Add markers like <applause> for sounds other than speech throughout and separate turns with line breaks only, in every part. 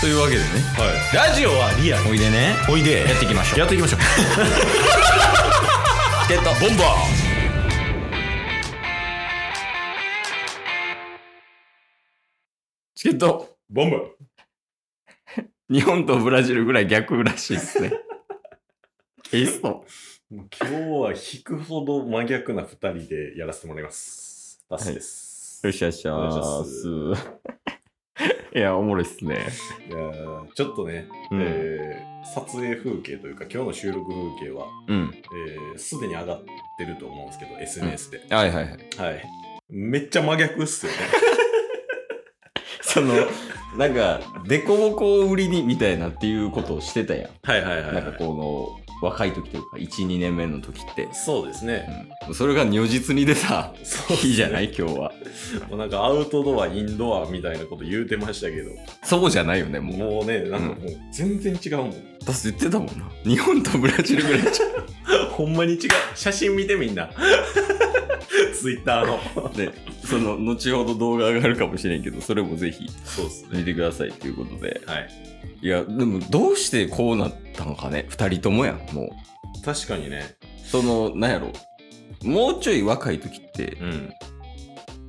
というわけでね
ラジオはリアル
おいでね
おいで
やっていきましょう
やっていきましょう
チケットボンバーチケット
ボンバ
日本とブラジルぐらい逆らしいっす <laughs> ね。えっそ
ー今日は引くほど真逆な二人でやらせてもらいますバスです、
よっしゃよっしゃ
よ
ー
っし
す。いや、おもろいっすね。
いやーちょっとね、
うん
えー撮影風景というか今日の収録風景は
うん。
えーすで、に上がってると思うんですけど SNS で、
はいはいはい。
はいめっちゃ真逆っすよね
その、なんか、デコボコを売りにみたいなっていうことをしてたやん。
はいはいはい、
なんかこの、若い時というか、1、2年目の時って。
そうですね、
うん。それが如実にで
<laughs>
さ、
そうっすね
いいじゃない今日は。
もうなんかアウトドアインドアみたいなこと言うてましたけど
そうじゃないよね、もう。
もうねなんかもう全然違うもん、
だって言ってたもんな。日本とブラジルぐらいちゃう
ほんまに違う。写真見てみんな。 <laughs> ツイッターの。 <laughs>
で、その、後ほど動画上がるかもしれんけど、それもぜひ
そうっすね。
見てくださいということで。
はい。
いや、でもどうしてこうなったのかね、二人ともやん、もう。
確かにね。
その、なんやろ。もうちょい若い時って、
うん。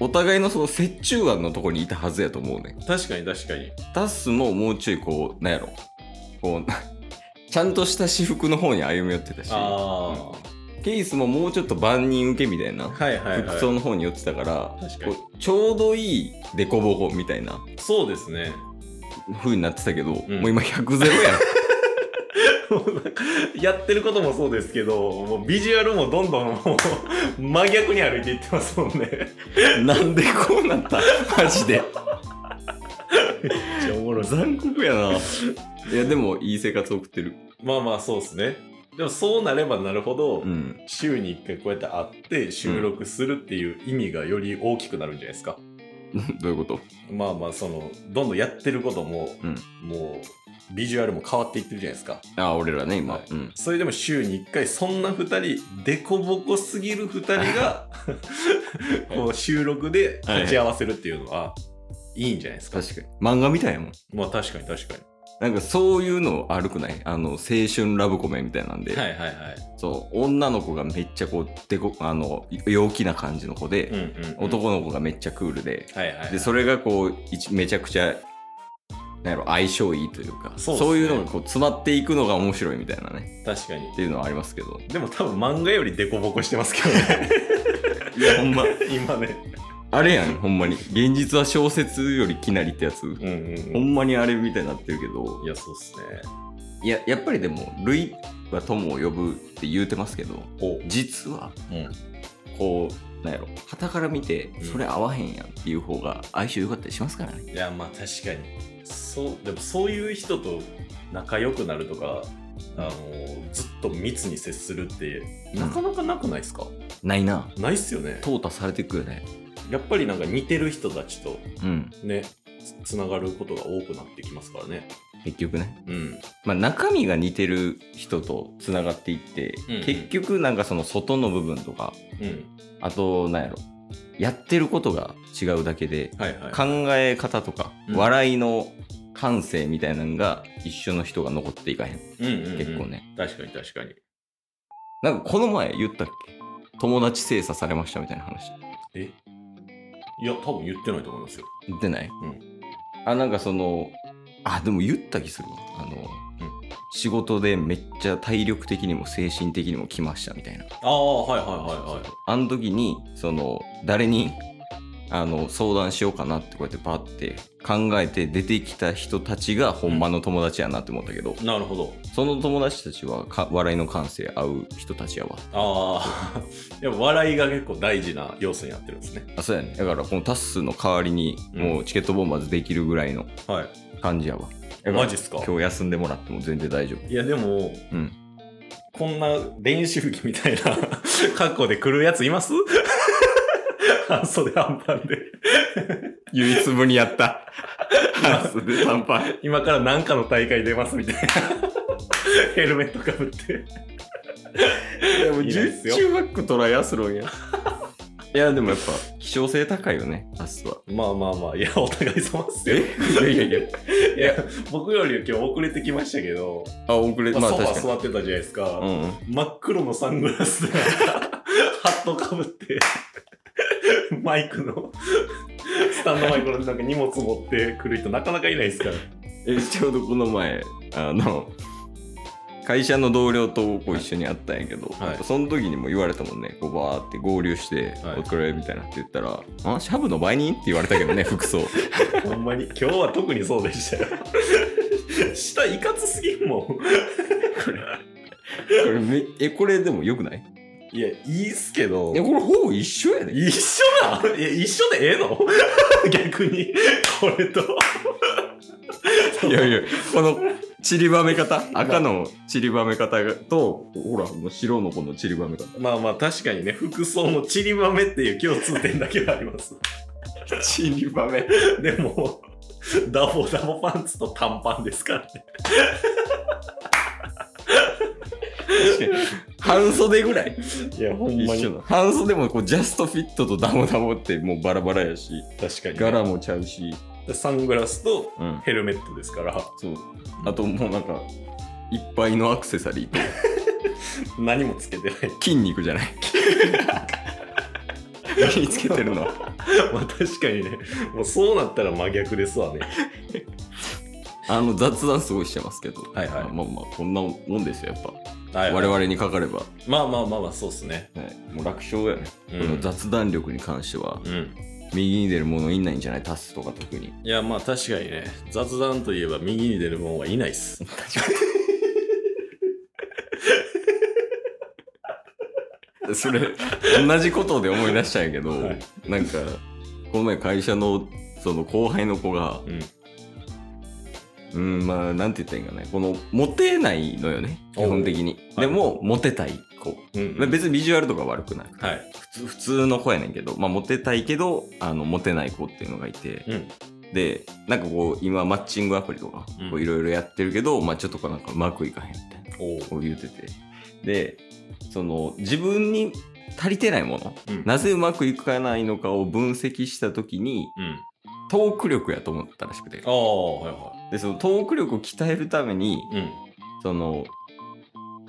お互いのその折衷案のとこにいたはずやと思うねん。
確かに確かに。
タッスももうちょいこう、なんやろ。こう、 <laughs> ちゃんとした私服の方に歩み寄ってたし、
あ
ケースももうちょっと万人受けみたいな
あ。はいはいはい。
服装の方に寄ってたから、
確かに。
こうちょうどいいデコボコみたいな
そうですね。 <laughs>
風になってたけど、
うん
もう今100ゼロやん。
やってることもそうですけど、もうビジュアルもどんどんもう <laughs> 真逆に歩いていってますもんね。 <laughs>
なんでこうなったマジで。
めっちゃおもろい。
残酷や
<laughs>
な。いや、でも、いい生活送ってる。
まあまあそうですね。でもそうなればなるほど、
うん。 <laughs>
週に1回こうやって会って収録するっていう意味がより大きくなるんじゃないですか。
どういうこと
まあまあそのどんどんやってることも、
うん
もうビジュアルも変わっていってるじゃないですか
あ、俺らね、今。
はい
うん。
それでも週に1回そんな2人デコボコすぎる2人 <laughs> がこう収録で立ち合わせるっていうのはいいんじゃないですか、
確かに。漫画みたいやもん。
まあ確かに確か
なんか、そういうの悪くないあの、青春ラブコメみたいなんで、
にはいはいはい
そう、女の子がめっちゃこう、でこ、あの、陽気な感じの子
うん
で、
うん、うん、
男の子がめっちゃクールで、
はいはいはい
で、それがこう、一めちゃくちゃ、なんやろ、相性いいというか、
そうっすね
そういうのがこう、詰まっていくのが面白いみたいなね、
確かに
っていうのはありますけど。
でも多分漫画よりデコボコしてますけど <laughs> ね
いや、ほんま。
今ね
あれやん、ほんまに。現実は小説よりきなりってやつ。
うんうん、
ほ
うん
んまにあれみたいになってるけど
い、やそうっすね
いや、やっぱりでも、類は友を呼ぶって言うてますけど、
お
実は、
うん
こう、なんやろ、傍から見て
ん、
それ合わへんやんっていう方が相性良かったりしますからね。
いやまあ確かにそうでもそういう人と仲良くなるとかあのずっと密に接するってなかなかなくないですか、
ないな。
ないっすよね
淘汰されてくよね。
やっぱりなんか似てる人たちと
うん。
ねつつながることが多くなってきますからね
結局ね。
うん
まあ、中身が似てる人と繋がっていって、
うんうん
結局なんかその外の部分とか、
うん
あと、なんやろ、やってることが違うだけで、
はいはい
考え方とか、
うん
笑いの感性みたいなのが一緒の人が残っていかへん
うんうんうん
結構ね
確かに確かに
なんかこの前言ったっけ友達精査されましたみたいな話
えいや多分言ってないと思いますよ
言ってない、
うん
あなんかそのあでも言った気するわあの、
う
仕事でめっちゃ体力的にも精神的にも来ましたみたいな
ああはいはいはいはい
あの時にその誰にあの相談しようかなってこうやってパーって考えて出てきた人たちがほんまの友達やなって思ったけど、
なるほど
その友達たちはか笑いの感性合う人たちやわ。
ああ <laughs> やっぱ笑いが結構大事な要素になってるんですね
あそうやね。だからこのタッスの代わりに
うん
もうチケットボンバーズできるぐらいの
はい
感じやわ。だから
マジっすか
今日休んでもらっても全然大丈
いやでも
夫。うん。
こんな練習着みたいな <laughs> 格好で来るやついます <laughs> 半袖半パンで
唯一無二や <laughs> った。タッスで短パン。
今から何かの大会出ますみたいなヘルメットかぶって
でも
いいですよ
中学トライアスロンや。 <laughs> いや、でもやっぱ、希少性高いよね、アスは。
まあまあまあ、いや、お互い様っすよ。
いやいやいや。
いや、僕より今日遅れてきましたけど、
あ、遅れ、ま
ま
あ
あ、ソファ
確か
座ってたじゃないですか。
に。うんうん。
真っ黒のサングラスで、 <laughs> ハットかぶって、マイクの、スタンドマイクのなんか荷物持ってくる人、なかなかいないですから。
え、ちょうどこの前、あの、会社の同僚とこう一緒に会ったんやけど、
はい
その時にも言われたもんね、こうバーって合流して、
はい
お疲れみたいなって言ったら、あ、シャブの売人って言われたけどね、服 <laughs> 装。
ほんまに、今日は特にそうでしたよ。 <laughs> 下いかつすぎんもん。
これめえ、これでもよくない
いや、いいっすけど
え、。これほぼ一緒やね。
一緒なんいや、一緒でええの <laughs> 逆に、これと。
いやいや、この散りばめ方、赤の散りばめ方がと、ほら、もう白のこの散りばめ方。
まあまあ確かにね、服装のちりばめっていう共通点だけはあります。
散りばめ
でも、ダボダボパンツと短パンですからね。
半袖ぐらい
いや、ほ
一緒の。半袖もこうジャストフィットとダボダボってもうバラバラやし、
確かに、
柄もちゃうし、
サングラスと
うん、
ヘルメットですから、
そう。あともうなんか、いっぱいのアクセサリーと
何もつけてない。
筋肉じゃ <laughs> ない。身につけてるのは。
<laughs> まあ確かにね、もうそうなったら真逆ですわね。
あの雑談すごいしてますけど、
はいはい
まあまあこんなもんですよ、やっぱ。
は
我々にかかれば。
まあまあまあまあ、そうっすね。
はい、もう楽勝やね、
う
この
ん。
雑談力に関しては、
うん
右に出るものいないんじゃないタスとか特
<laughs>
に
いやまあ確かにね雑談といえば右に出るもんはいないっす
それ同じことで思い出したんやけど、
はい
なんかこの前会社のその後輩の子が
うん
うんまあなんて言ったらいいんかねこのモテないのよね
お
基本的に
はい
でも、モテたい子
うん
まあ別にビジュアルとか悪くない
はい
普通普通の子やねんけど、まあ、モテたいけどあのモテない子っていうのがいて、
うん
でなんかこう今マッチングアプリとか
うん
こういろいろやってるけど、まあちょっとこうなんかうまくいかへんみたいな
おう
こう言うててでその自分に足りてないもの、
うん
なぜうまくいかないのかを分析した時に
うん
トーク力やと思ったらしくて
ああはいは
でそのトーク力を鍛えるために
い
その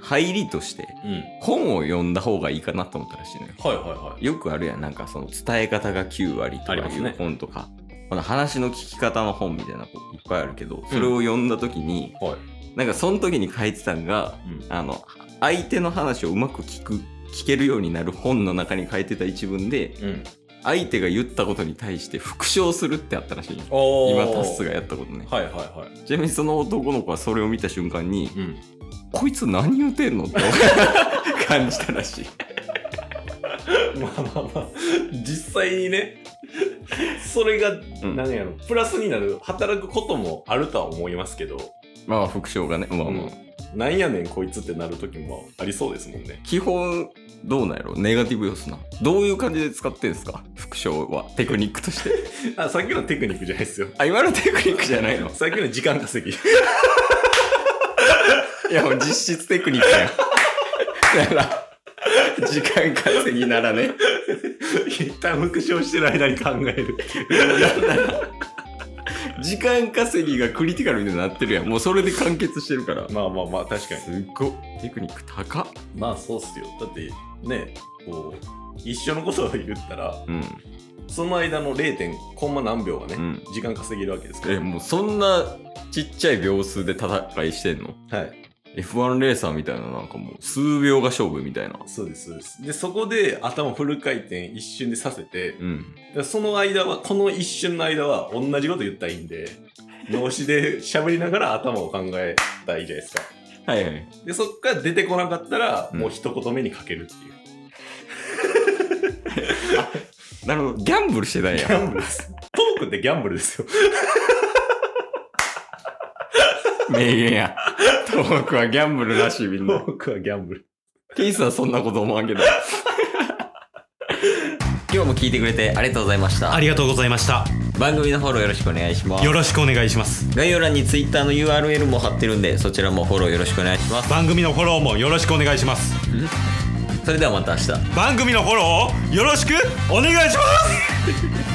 入りとして
うんうん
本を読んだ方がいいかなと思ったらしいのよ。
はいはいはい
よくあるやんなんかその伝え方が9割とか
ありま
い
すね
う本とか、この話の聞き方の本みたいなのいっぱいあるけどそれを読んだ時に、
はい
なんかその時に書いてたんが
うん
あの相手の話をうまく聞く聞けるようになる本の中に書いてた一文で
うん
相手が言ったことに対して復唱するってあったらしいよ
お
今タス
が
がやったことね
はいはいはい
ちなみにその男の子はそれを見た瞬間に
うん
こいつ何言うてんのって
<laughs>
感じたらしい
まあまあまあ実際にねそれが
ん
何やろプラスになる働くこともあるとは思いますけど
まあ復唱がねまあまあ、
うんなんやねんこいつってなる時もありそうですもんね
基本どうなんやろネガティブ要素などういう感じで使ってんですか副賞はテクニックとして
あさっきのテクニックじゃないですよ
あ今のテクニックじゃないの
さっきの時間
<laughs>
稼ぎ
いやもう実質テクニックやんだから時間稼ぎならね
一旦復唱してる間に考える。
時間稼ぎがクリティカルになってるやんもうそれで完結してるから
まあまあまあ、確かに。
すっごいテクニック高っ
まあそうっすよ。だって、ね、こう、一緒のことを言ったら、
うん
その間の 0. コンマ何秒がね、
うん
時間稼げるわけですか
え
ら。
もうそんなちっちゃい秒数で戦いしてんの
はい。
F1 レーサーみたいななんかもう数秒が勝負みたいな
そうです、そうです。で、そこで頭フル回転一瞬でさせて、
うん
その間は、この一瞬の間は同じこと言ったらいいんで、脳死で喋りながら頭を考えたらいいじゃないですか。
はいはい
で、そっから出てこなかったら、
うん
もう一言目にかけるっていう。
なるほどギャンブルしてたん
ギ
や
ャンブルです。トークってギャンブルですよ。
名言や。 <laughs> トークはギャンブルらしいみんな。
僕はギャンブル。
ケイスはそんなこと思わんけど。今日も聞いてくれてありがとうございました。
ありがとうございました。
番組のフォローよろしくお願いします
よ。ろしくお願いします。
概要欄に Twitter の URL も貼ってるんで、そちらもフォローよろしくお願いします。
番組のフォローもよろしくお願いします。
それではまた明日
番組のフォローをよろしくお願いします